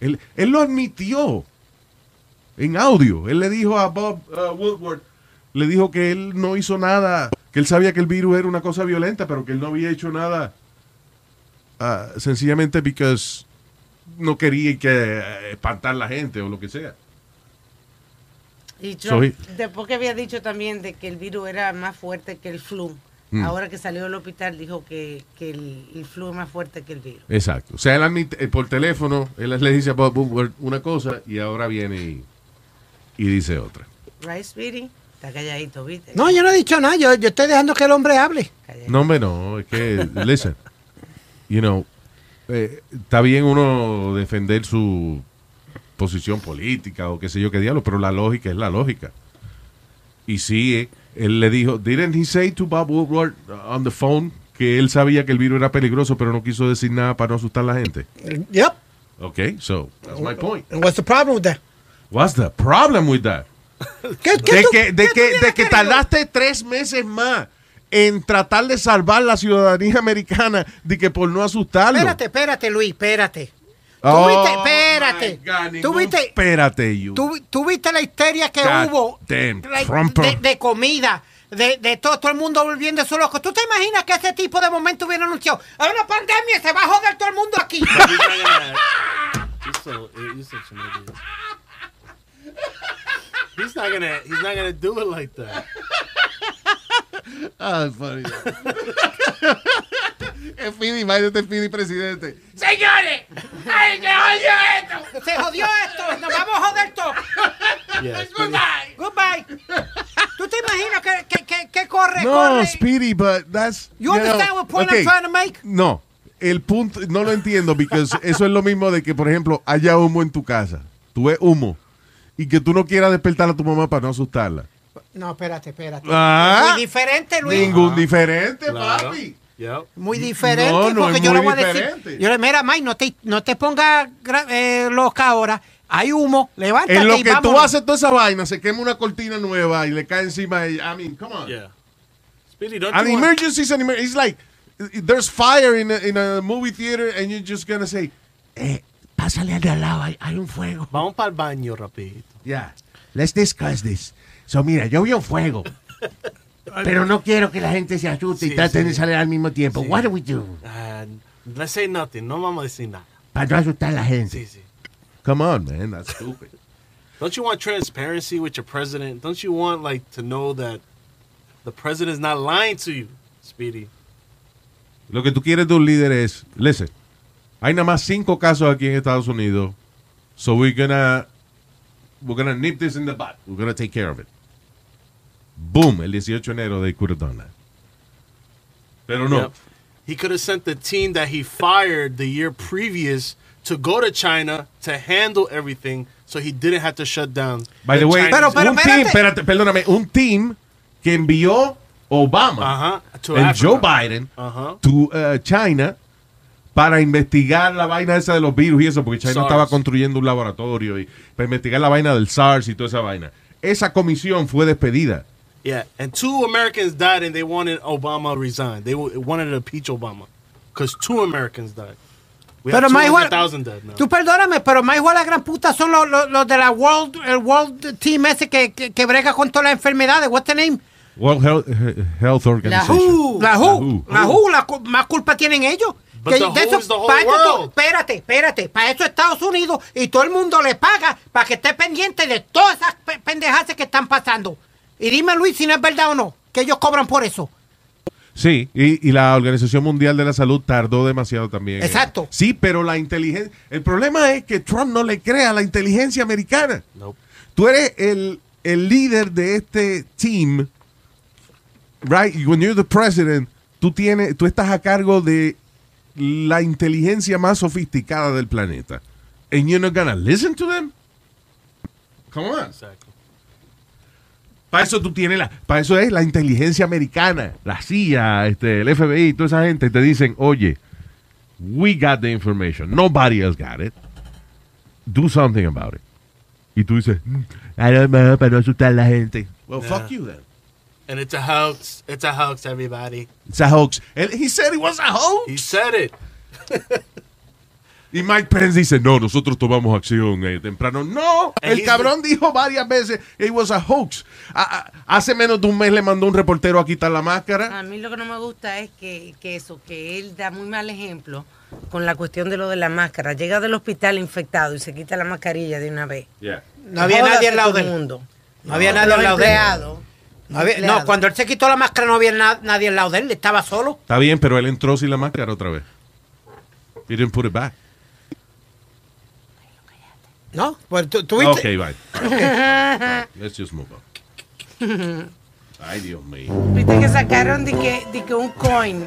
[SPEAKER 3] Él, él lo admitió en audio. Él le dijo a Bob uh, Woodward, le dijo que él no hizo nada, que él sabía que el virus era una cosa violenta, pero que él no había hecho nada ah, sencillamente because no quería que eh, espantar la gente o lo que sea.
[SPEAKER 7] Y Trump,
[SPEAKER 3] Soy-
[SPEAKER 7] después que había dicho también de que el virus era más fuerte que el flu,
[SPEAKER 3] Mm.
[SPEAKER 7] ahora que salió del hospital dijo que, que el, el flu es más fuerte que el virus.
[SPEAKER 3] Exacto. O sea, él admite- eh, por teléfono, él le dice a Bob Woodward una cosa y ahora viene y, y dice otra.
[SPEAKER 7] Right, Speedy? Está calladito, ¿viste?
[SPEAKER 4] No, yo no he dicho nada. Yo, yo estoy dejando que el hombre hable.
[SPEAKER 3] No, hombre, no, es que, listen, you know, eh, está bien uno defender su posición política o qué sé yo qué diablo, pero la lógica es la lógica. Y sí, eh, él le dijo, didn't he say to Bob Woodward on the phone que él sabía que el virus era peligroso, pero no quiso decir nada para no asustar a la gente?
[SPEAKER 4] Yep.
[SPEAKER 3] Ok, so, that's my point.
[SPEAKER 4] And what's the problem with that?
[SPEAKER 3] What's the problem with that?
[SPEAKER 4] ¿Qué,
[SPEAKER 3] de que, de que, de que tardaste tres meses más en tratar de salvar la ciudadanía americana de que por no asustarlo.
[SPEAKER 4] Espérate, espérate, Luis, espérate. Tú
[SPEAKER 3] Oh,
[SPEAKER 4] viste, espérate. tú viste,
[SPEAKER 3] Espérate, you.
[SPEAKER 4] tú, tú viste la histeria que
[SPEAKER 3] God
[SPEAKER 4] hubo
[SPEAKER 3] damn
[SPEAKER 4] like,
[SPEAKER 3] Trumper.
[SPEAKER 4] de, de comida. De, de todo, todo el mundo volviendo a su loco. ¿Tú te imaginas que ese tipo de momento hubiera anunciado? Hay una pandemia, se va a joder todo el mundo aquí.
[SPEAKER 6] He's so he's such an idiot. He's not gonna he's not gonna do it like that.
[SPEAKER 3] <laughs> Ah, funny.
[SPEAKER 11] Fidi, imagínate Fidi presidente.
[SPEAKER 1] ¡Señores! ¡Ay, que jodió esto!
[SPEAKER 4] ¡Se jodió esto! ¡Nos vamos a joder todo!
[SPEAKER 1] Goodbye.
[SPEAKER 4] Goodbye. ¿Tú te imaginas que, que, que, que corre,
[SPEAKER 3] No,
[SPEAKER 4] corre?
[SPEAKER 3] Speedy, but that's.
[SPEAKER 4] You understand what point I'm
[SPEAKER 3] okay.
[SPEAKER 4] trying to make?
[SPEAKER 3] No, el punto no lo entiendo porque
[SPEAKER 4] <laughs>
[SPEAKER 3] eso es lo mismo de que, por ejemplo, haya humo en tu casa. Tú ves humo y que tú no quieras despertar a tu mamá para no asustarla.
[SPEAKER 4] No, espérate, espérate.
[SPEAKER 3] Ah.
[SPEAKER 4] Muy diferente, Luis.
[SPEAKER 3] Ningún diferente, papi.
[SPEAKER 4] Muy diferente,
[SPEAKER 3] No, no
[SPEAKER 4] porque
[SPEAKER 3] es
[SPEAKER 4] yo
[SPEAKER 3] muy
[SPEAKER 4] le voy a
[SPEAKER 3] diferente.
[SPEAKER 4] decir. Yo le, mira, Mike, no te, no te pongas gra- eh, loca ahora. Hay humo, levántate
[SPEAKER 3] En lo
[SPEAKER 4] y
[SPEAKER 3] que tú
[SPEAKER 4] vámonos.
[SPEAKER 3] haces toda esa vaina, se quema una cortina nueva y le cae encima. de ella. I mean, come on.
[SPEAKER 6] Speedy, don't
[SPEAKER 3] An
[SPEAKER 6] you want-
[SPEAKER 3] emergency is an emergency. It's like there's fire in a, in a movie theater and you're just gonna say, eh, pásale al de al lado, hay, hay un fuego.
[SPEAKER 6] Vamos para el baño rapidito.
[SPEAKER 11] Ya. Let's discuss this. So, mira, yo vi
[SPEAKER 6] <laughs>
[SPEAKER 11] un fuego. Pero no quiero que la gente se asuste
[SPEAKER 6] Sí,
[SPEAKER 11] y traten
[SPEAKER 6] sí.
[SPEAKER 11] de salir al mismo tiempo.
[SPEAKER 6] Sí.
[SPEAKER 11] What do we do?
[SPEAKER 6] Ah, let's say nothing. No vamos a decir nada.
[SPEAKER 11] Para no asustar a la gente.
[SPEAKER 6] Sí, sí.
[SPEAKER 3] Come on, man. That's stupid.
[SPEAKER 6] Don't you want transparency with your president? Don't you want like to know that the president's not lying to you, Speedy?
[SPEAKER 3] Lo que tú quieres de un líder es, listen, hay nada más cinco casos aquí en Estados Unidos, so we're gonna, we're gonna nip this in the bud. We're gonna take care of it. Boom, el 18 de enero de Curitona. Pero no.
[SPEAKER 6] Yep. He could have sent the team that he fired the year previous to go to China to handle everything, so he didn't have to shut down.
[SPEAKER 3] By the way,
[SPEAKER 6] China's-
[SPEAKER 3] un team, espérate, perdóname, un team que envió Obama,
[SPEAKER 6] Ajá, Uh-huh, to
[SPEAKER 3] el
[SPEAKER 6] Africa.
[SPEAKER 3] Joe Biden,
[SPEAKER 6] Ajá.
[SPEAKER 3] to uh, China para investigar la vaina esa de los virus y eso, porque China
[SPEAKER 6] SARS.
[SPEAKER 3] estaba construyendo un laboratorio y para investigar la vaina del SARS y toda esa vaina. Esa comisión fue despedida.
[SPEAKER 6] Yeah, and two Americans died, and they wanted Obama to resign. They wa- wanted to impeach Obama because two Americans died. We
[SPEAKER 4] Pero
[SPEAKER 6] have
[SPEAKER 4] Mike, what-
[SPEAKER 6] 200,000 dead now.
[SPEAKER 4] Tú perdóname, pero más igual la gran puta son los, los, los de la World, el World Team ese que, que, que brega con todas las enfermedades. What's the name?
[SPEAKER 3] World Health, eh, Health
[SPEAKER 4] La
[SPEAKER 3] Organization.
[SPEAKER 4] WHO. La WHO.
[SPEAKER 3] WHO.
[SPEAKER 4] La WHO. la cu- más culpa tienen ellos.
[SPEAKER 3] But the
[SPEAKER 4] de
[SPEAKER 3] WHO
[SPEAKER 4] eso-
[SPEAKER 3] is the whole
[SPEAKER 4] para eso to-
[SPEAKER 3] world.
[SPEAKER 4] espérate, espérate. Para eso Estados Unidos y todo el mundo le paga para que esté pendiente de todas esas pe- pendejadas que están pasando. Y dime, Luis, si no es verdad o no, que ellos cobran por eso.
[SPEAKER 3] Sí, y, y la Organización Mundial de la Salud tardó demasiado también.
[SPEAKER 4] Exacto.
[SPEAKER 3] Sí, pero la inteligencia. El problema es que Trump no le crea a la inteligencia americana. Tú eres el, el líder de este team, right? Y When you're the president, tú, tienes, tú estás a cargo de la inteligencia más sofisticada del planeta. And you're not gonna listen to them? Come on. Para eso tú tienes la, para eso es la inteligencia americana, la CIA, este, el FBI, toda esa gente te dicen, oye, we got the information, nobody else got it, do something about it. Y tú dices, "Mm, a lo mejor para no asustar a la gente. Well, fuck you then.
[SPEAKER 6] And it's a hoax. It's a hoax, everybody.
[SPEAKER 3] It's a hoax. And he said it was a hoax.
[SPEAKER 6] He said it.
[SPEAKER 3] Y Mike Pence dice, no, nosotros tomamos acción eh, temprano. No,
[SPEAKER 11] And
[SPEAKER 3] el
[SPEAKER 11] he's-
[SPEAKER 3] cabrón dijo varias veces, it was a hoax. A- a- hace menos de un mes le mandó un reportero a quitar la máscara.
[SPEAKER 11] Ah.
[SPEAKER 7] A mí lo que no me gusta es que, que eso, que él da muy mal ejemplo con la cuestión de lo de la máscara. Llega del hospital infectado y se quita la mascarilla de una vez.
[SPEAKER 4] No este había
[SPEAKER 7] Joda
[SPEAKER 4] nadie
[SPEAKER 7] a
[SPEAKER 4] al lado
[SPEAKER 7] todo
[SPEAKER 4] de
[SPEAKER 7] el
[SPEAKER 4] él.
[SPEAKER 7] mundo.
[SPEAKER 4] No había
[SPEAKER 7] No,
[SPEAKER 4] nadie al
[SPEAKER 7] los
[SPEAKER 4] lado de él.
[SPEAKER 7] empleados.
[SPEAKER 4] No, había-
[SPEAKER 7] Empleados.
[SPEAKER 4] no, cuando él se quitó la máscara no había na- nadie al lado de él, estaba solo.
[SPEAKER 3] Está bien, pero él entró sin la máscara otra vez. He didn't put it back.
[SPEAKER 4] ¿No? Pues tú, tú
[SPEAKER 3] Ok,
[SPEAKER 4] viste-
[SPEAKER 11] <laughs>
[SPEAKER 3] bye. Let's just move on. Ay, Dios mío.
[SPEAKER 7] Viste que sacaron de que, de que un coin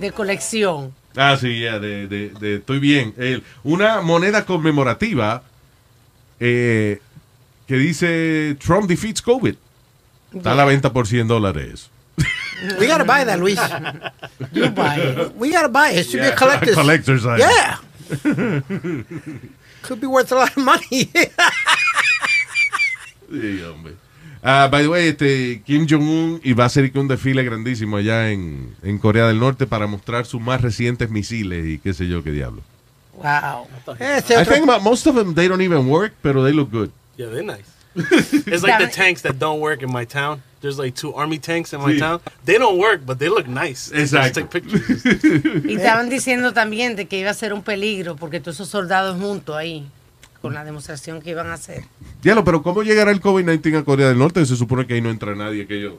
[SPEAKER 7] de colección.
[SPEAKER 3] Ah, sí, ya, de, de- de- estoy bien. El- una moneda conmemorativa eh, que dice Trump defeats COVID. Está a la venta por 100 dólares.
[SPEAKER 4] We gotta buy that, Luis. <laughs> You buy it. We gotta buy it. It should
[SPEAKER 3] <laughs>
[SPEAKER 4] be
[SPEAKER 3] Yeah,
[SPEAKER 4] a collector's.
[SPEAKER 3] collector's item.
[SPEAKER 4] Yeah. <laughs> Could be worth a lot of money. <laughs>
[SPEAKER 3] Sí, hombre. Ah, by the way, este, Kim Jong-un y va a hacer que un desfile grandísimo allá en, en Corea del Norte para mostrar sus más recientes misiles y qué sé yo qué diablo.
[SPEAKER 7] Wow.
[SPEAKER 4] Ese
[SPEAKER 3] I
[SPEAKER 4] otro-
[SPEAKER 3] think about most of them, they don't even work, pero they look good.
[SPEAKER 6] Yeah, they're nice. it's like the tanks that don't work in my town. There's like two army tanks in my
[SPEAKER 3] Sí.
[SPEAKER 6] town. They don't work, but they look nice. They just
[SPEAKER 3] Exacto.
[SPEAKER 6] take pictures.
[SPEAKER 3] <laughs>
[SPEAKER 7] Y estaban diciendo también de que iba a ser un peligro porque todos esos soldados juntos ahí con la demostración que iban a hacer.
[SPEAKER 3] Diablo, pero ¿cómo llegará el COVID-19 a Corea del Norte? Se supone que ahí no entra nadie, que ellos,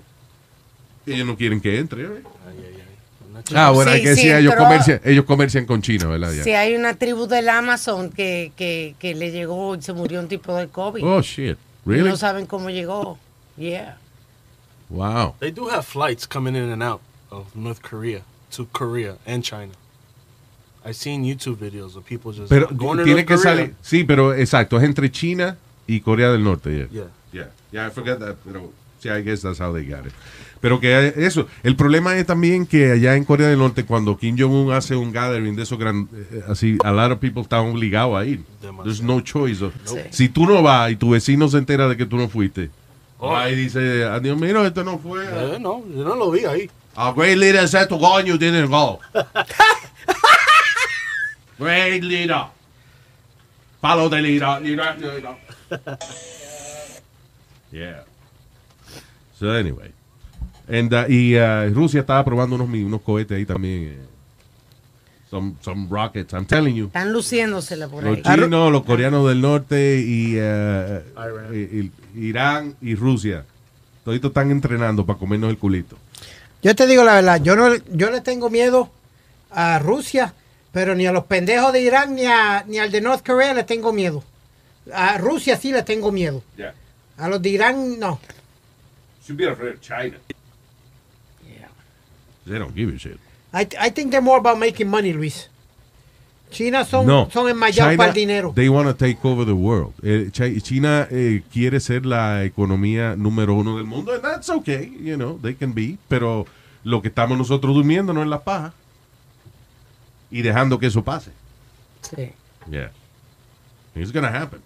[SPEAKER 3] que ellos no quieren que entre. ¿eh? Ah, bueno,
[SPEAKER 7] Sí,
[SPEAKER 3] hay que decir,
[SPEAKER 7] sí,
[SPEAKER 3] ellos,
[SPEAKER 7] entró-
[SPEAKER 3] comercian, ellos comercian con China, ¿verdad? Ah, Ya.
[SPEAKER 7] Si hay una tribu del Amazon que, que, que le llegó y se murió un tipo de COVID.
[SPEAKER 3] Oh, shit. Really?
[SPEAKER 7] No saben cómo llegó. Yeah.
[SPEAKER 3] Wow.
[SPEAKER 6] They do have flights coming in and out of North Korea to Korea and China. I've seen YouTube videos of people just
[SPEAKER 3] Pero
[SPEAKER 6] going to
[SPEAKER 3] tiene
[SPEAKER 6] North
[SPEAKER 3] que
[SPEAKER 6] Korea.
[SPEAKER 3] salir. Sí, pero exacto, es entre China y Corea del Norte. yeah.
[SPEAKER 6] Yeah.
[SPEAKER 3] Yeah. Yeah, I forgot that, pero sí, I guess that's how they got it. Pero que eso, el problema es también que allá en Corea del Norte, cuando Kim Jong-un hace un gathering de esos gran, eh, así, a lot of people están obligados a ir. There's no choice.
[SPEAKER 6] Sí.
[SPEAKER 3] Si tú no vas y tu vecino se entera de que tú no fuiste, ahí dice, adiós, mira, esto no fue.
[SPEAKER 6] Eh, no, yo no lo vi ahí.
[SPEAKER 3] A great leader said to go and you didn't go. great leader. Follow the leader. leader, leader. Yeah. So anyway. And, uh, y uh, Rusia estaba probando unos, mi- unos cohetes ahí también. eh. Some, some rockets, I'm telling you.
[SPEAKER 7] Están luciéndosela por
[SPEAKER 3] Los
[SPEAKER 7] ahí.
[SPEAKER 3] chinos, los coreanos del norte y, eh, y- y- Irán y Rusia. Toditos están entrenando para comernos el culito.
[SPEAKER 4] Yo te digo la verdad, yo no yo le tengo miedo a Rusia, pero ni a los pendejos de Irán ni, a, ni al de North Korea le tengo miedo. A Rusia sí le tengo miedo.
[SPEAKER 3] Yeah.
[SPEAKER 4] A los de Irán no.
[SPEAKER 3] Should be afraid of China. They don't give a shit.
[SPEAKER 4] I, I think they're more about making money, Luis. China son,
[SPEAKER 3] no.
[SPEAKER 4] son enmayados
[SPEAKER 3] China,
[SPEAKER 4] para el dinero.
[SPEAKER 3] They want to take over the world. Eh, Chi- China eh, quiere ser la economía número uno del mundo. And that's okay, you know, they can be. Pero lo que estamos nosotros durmiendo no es la paja. Y dejando que eso pase.
[SPEAKER 7] Sí.
[SPEAKER 3] Yeah. It's gonna happen.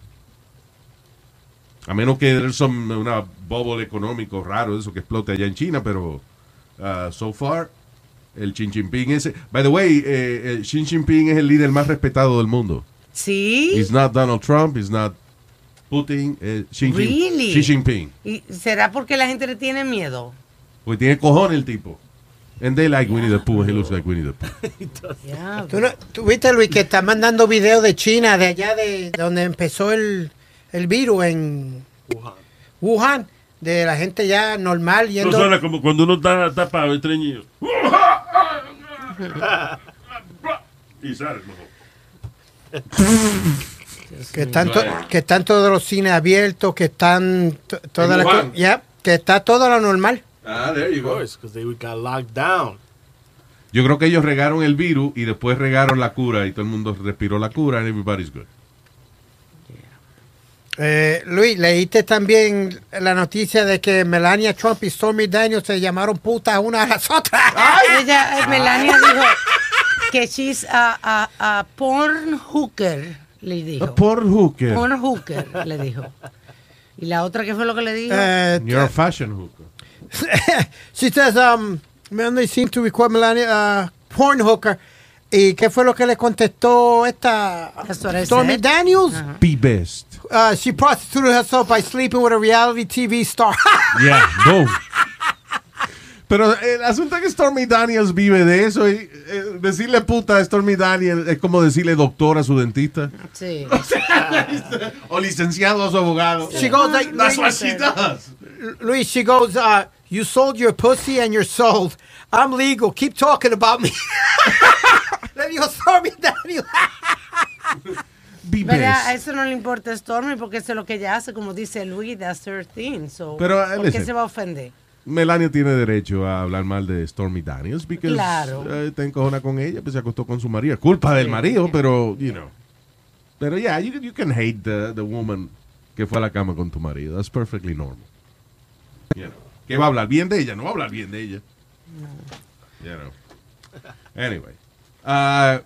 [SPEAKER 3] A menos que there's some, una bubble económico raro, eso que explote allá en China, pero uh, so far, el Xi Jinping ese. By the way, eh, el Xi Jinping es el líder más respetado del mundo.
[SPEAKER 7] Sí.
[SPEAKER 3] He's not Donald Trump, he's not Putin, eh, Xi, Jin-
[SPEAKER 7] Really?
[SPEAKER 3] Xi Jinping.
[SPEAKER 7] ¿Y será porque la gente le tiene miedo?
[SPEAKER 3] Porque tiene cojones el tipo. And they like Winnie the Pooh, he looks like Winnie the Pooh.
[SPEAKER 4] ¿Tú, no- tú viste, Luis, que está mandando videos de China, de allá de, de donde empezó el, el virus en Wuhan, de la gente ya normal
[SPEAKER 5] Eso
[SPEAKER 4] yendo.
[SPEAKER 5] suena como cuando uno está tapado, estreñido. <laughs> Y sale, mejor.
[SPEAKER 4] que están to- que están todos los cines abiertos, que están to- todas las
[SPEAKER 6] Wuhan.
[SPEAKER 4] co- ya, que está todo lo normal.
[SPEAKER 3] Ah, there you
[SPEAKER 6] go. Because they got locked down.
[SPEAKER 3] Yo creo que ellos regaron el virus y después regaron la cura y todo el mundo respiró la cura and everybody's good.
[SPEAKER 4] Eh, Luis, leíste también la noticia de que Melania Trump y Stormy Daniels se llamaron putas una a las otras.
[SPEAKER 7] Ella,
[SPEAKER 3] Ah.
[SPEAKER 7] eh,
[SPEAKER 3] <laughs>
[SPEAKER 7] Melania dijo que she's a, a, a porn hooker, le dijo.
[SPEAKER 3] A porn hooker.
[SPEAKER 7] Porn hooker, le dijo. ¿Y la otra qué fue lo que le dijo?
[SPEAKER 4] Eh,
[SPEAKER 3] You're a fashion hooker.
[SPEAKER 4] <laughs> She says, um, man, they seem to require Melania uh, porn hooker. ¿Y qué fue lo que le contestó esta
[SPEAKER 7] what I
[SPEAKER 4] Stormy
[SPEAKER 7] said.
[SPEAKER 4] Daniels?
[SPEAKER 3] Be best.
[SPEAKER 4] Uh, she prostituted herself by sleeping with a reality TV star. <laughs>
[SPEAKER 3] Yeah, boom. Pero el asunto es que Stormy Daniels vive de eso y eh, decirle puta a Stormy Daniels es como decirle doctor a su dentista.
[SPEAKER 7] Sí.
[SPEAKER 3] O licenciado a su abogado.
[SPEAKER 4] She goes like,
[SPEAKER 3] That's what
[SPEAKER 4] Luis,
[SPEAKER 3] she does.
[SPEAKER 4] Luis, she goes, uh, you sold your pussy and you're sold. I'm legal. Keep talking about me. <laughs> Le dijo Stormy Daniels.
[SPEAKER 7] Pero a a eso no le importa a Stormy porque eso es lo que ella hace, como dice Luis, that's her thing. So,
[SPEAKER 3] Pero, eh,
[SPEAKER 7] ¿Por qué
[SPEAKER 3] listen.
[SPEAKER 7] se va a ofender?
[SPEAKER 3] Melania tiene derecho a hablar mal de Stormy Daniels porque
[SPEAKER 7] Claro.
[SPEAKER 3] está encojona con ella, pues se acostó con su marido. Es culpa del marido, pero, you know. Pero yeah, you, you can hate the, the woman que fue a la cama con tu marido. That's perfectly normal. You know. ¿Qué va a hablar bien de ella? No va a hablar bien de ella. You know. Anyway. Ah,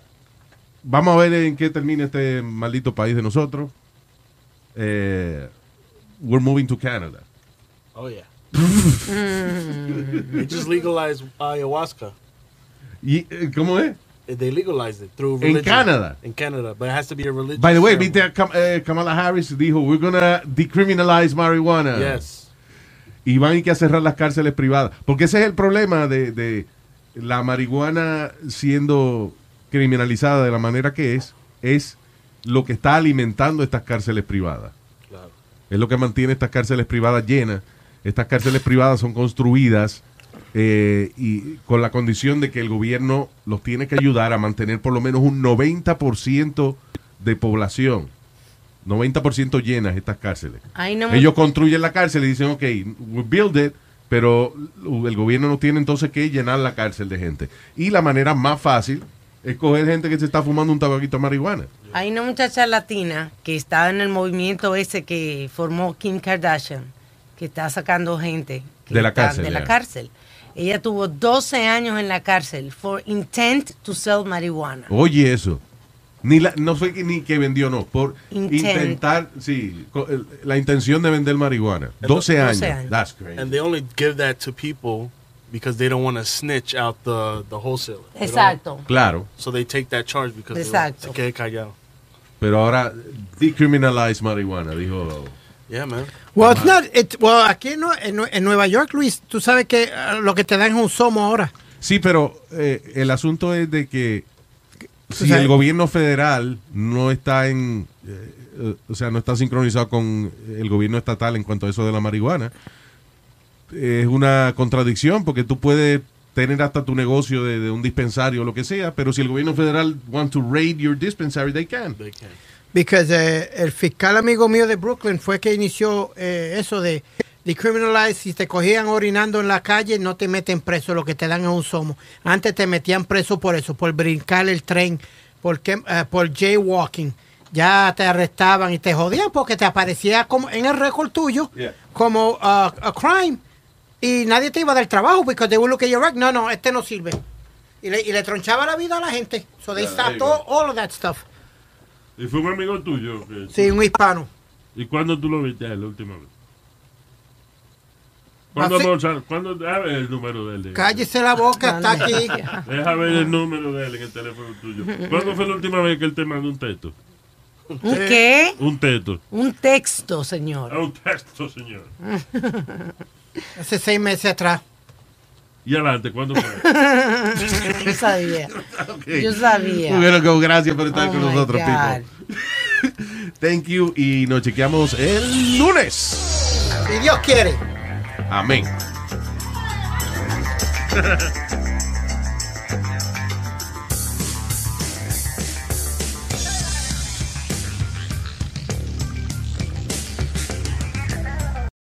[SPEAKER 3] vamos a ver en qué termina este maldito país de nosotros. Eh, we're moving to Canada.
[SPEAKER 6] Oh
[SPEAKER 3] <laughs>
[SPEAKER 6] yeah. they just legalized ayahuasca.
[SPEAKER 3] ¿Y eh, cómo es?
[SPEAKER 6] They legalized it through
[SPEAKER 3] In
[SPEAKER 6] religion.
[SPEAKER 3] Canada?
[SPEAKER 6] In Canada, but it has to be a religion.
[SPEAKER 3] By the way, viste a Kam- eh, Kamala Harris dijo, we're gonna decriminalize marijuana.
[SPEAKER 6] Yes.
[SPEAKER 3] Y van a ir que a cerrar las cárceles privadas. Porque ese es el problema de, de la marihuana siendo criminalizada de la manera que es, es lo que está alimentando estas cárceles privadas. Es lo que mantiene estas cárceles privadas llenas. Estas cárceles privadas son construidas eh, y con la condición de que el gobierno los tiene que ayudar a mantener por lo menos un 90% de población. 90% llenas estas cárceles.
[SPEAKER 7] Ay, no me-
[SPEAKER 3] Ellos construyen la cárcel y dicen, ok, we build it, pero el gobierno no tiene entonces que llenar la cárcel de gente. Y la manera más fácil es coger gente que se está fumando un tabaquito de marihuana.
[SPEAKER 7] Hay una muchacha latina que está en el movimiento ese que formó Kim Kardashian, que está sacando gente que
[SPEAKER 3] De la
[SPEAKER 7] está-
[SPEAKER 3] cárcel,
[SPEAKER 7] De la
[SPEAKER 3] ya.
[SPEAKER 7] cárcel. Ella tuvo 12 años en la cárcel for intent to sell marihuana.
[SPEAKER 3] Oye eso. Ni la- no sé que- ni que vendió, no. Por
[SPEAKER 7] Intent.
[SPEAKER 3] intentar, sí, co- el- la intención de vender marihuana. 12 años. That's crazy.
[SPEAKER 6] And they only give that to people because they don't want to snitch out the, the wholesaler. They don't-
[SPEAKER 7] Exacto.
[SPEAKER 3] Claro.
[SPEAKER 6] So they take that charge because they don't-
[SPEAKER 7] Exacto.
[SPEAKER 6] se quede callado.
[SPEAKER 3] Pero ahora, eh, decriminalize marihuana, dijo.
[SPEAKER 6] Yeah, man.
[SPEAKER 4] Well, it's not, it's- well, aquí en, Nue- en Nue- en Nueva York, Luis, tú sabes que eh, lo que te dan es un somo ahora.
[SPEAKER 3] Sí, pero eh, el asunto es de que si
[SPEAKER 4] sea,
[SPEAKER 3] el gobierno federal no está en, eh, eh, o sea, no está sincronizado con el gobierno estatal en cuanto a eso de la marihuana, es una contradicción porque tú puedes tener hasta tu negocio de, de un dispensario o lo que sea, pero si el gobierno federal want to raid your dispensary, they can.
[SPEAKER 4] Because eh, el fiscal amigo mío de Brooklyn fue que inició eh, eso de decriminalize. Si te cogían orinando en la calle, no te meten preso. Lo que te dan es un somo. Antes te metían preso por eso, por brincar el tren, por, quem- eh, por jaywalking. Ya te arrestaban y te jodían porque te aparecía como en el récord tuyo
[SPEAKER 1] Yeah.
[SPEAKER 4] como uh, a crime. Y nadie te iba del trabajo porque they would look at your record. No, no, este no sirve. Y le, y le tronchaba la vida a la gente. So they
[SPEAKER 5] Yeah, there
[SPEAKER 4] stopped
[SPEAKER 5] you
[SPEAKER 4] all, all of that stuff.
[SPEAKER 5] Y fue un amigo tuyo. que-
[SPEAKER 4] Sí, un hispano.
[SPEAKER 5] ¿Y cuándo tú lo viste a él la última vez? ¿Cuándo,
[SPEAKER 4] Así-
[SPEAKER 5] Mozart- ¿cuándo deja ver el número de él?
[SPEAKER 4] Cállese la boca, está aquí.
[SPEAKER 5] Deja ver el número de él en el teléfono tuyo. ¿Cuándo fue la última vez que él te mandó un texto?
[SPEAKER 7] ¿Un qué?
[SPEAKER 5] Un texto.
[SPEAKER 7] Un texto, señor.
[SPEAKER 5] Un texto, señor.
[SPEAKER 4] Hace seis meses atrás.
[SPEAKER 5] Y adelante, ¿cuándo fue?
[SPEAKER 7] Yo sabía. Yo sabía.
[SPEAKER 3] Bueno, go, gracias por estar
[SPEAKER 7] Oh
[SPEAKER 3] con
[SPEAKER 7] my
[SPEAKER 3] nosotros,
[SPEAKER 7] God.
[SPEAKER 3] people. <laughs> Thank you y nos chequeamos el lunes.
[SPEAKER 4] Si Dios quiere.
[SPEAKER 3] Amén.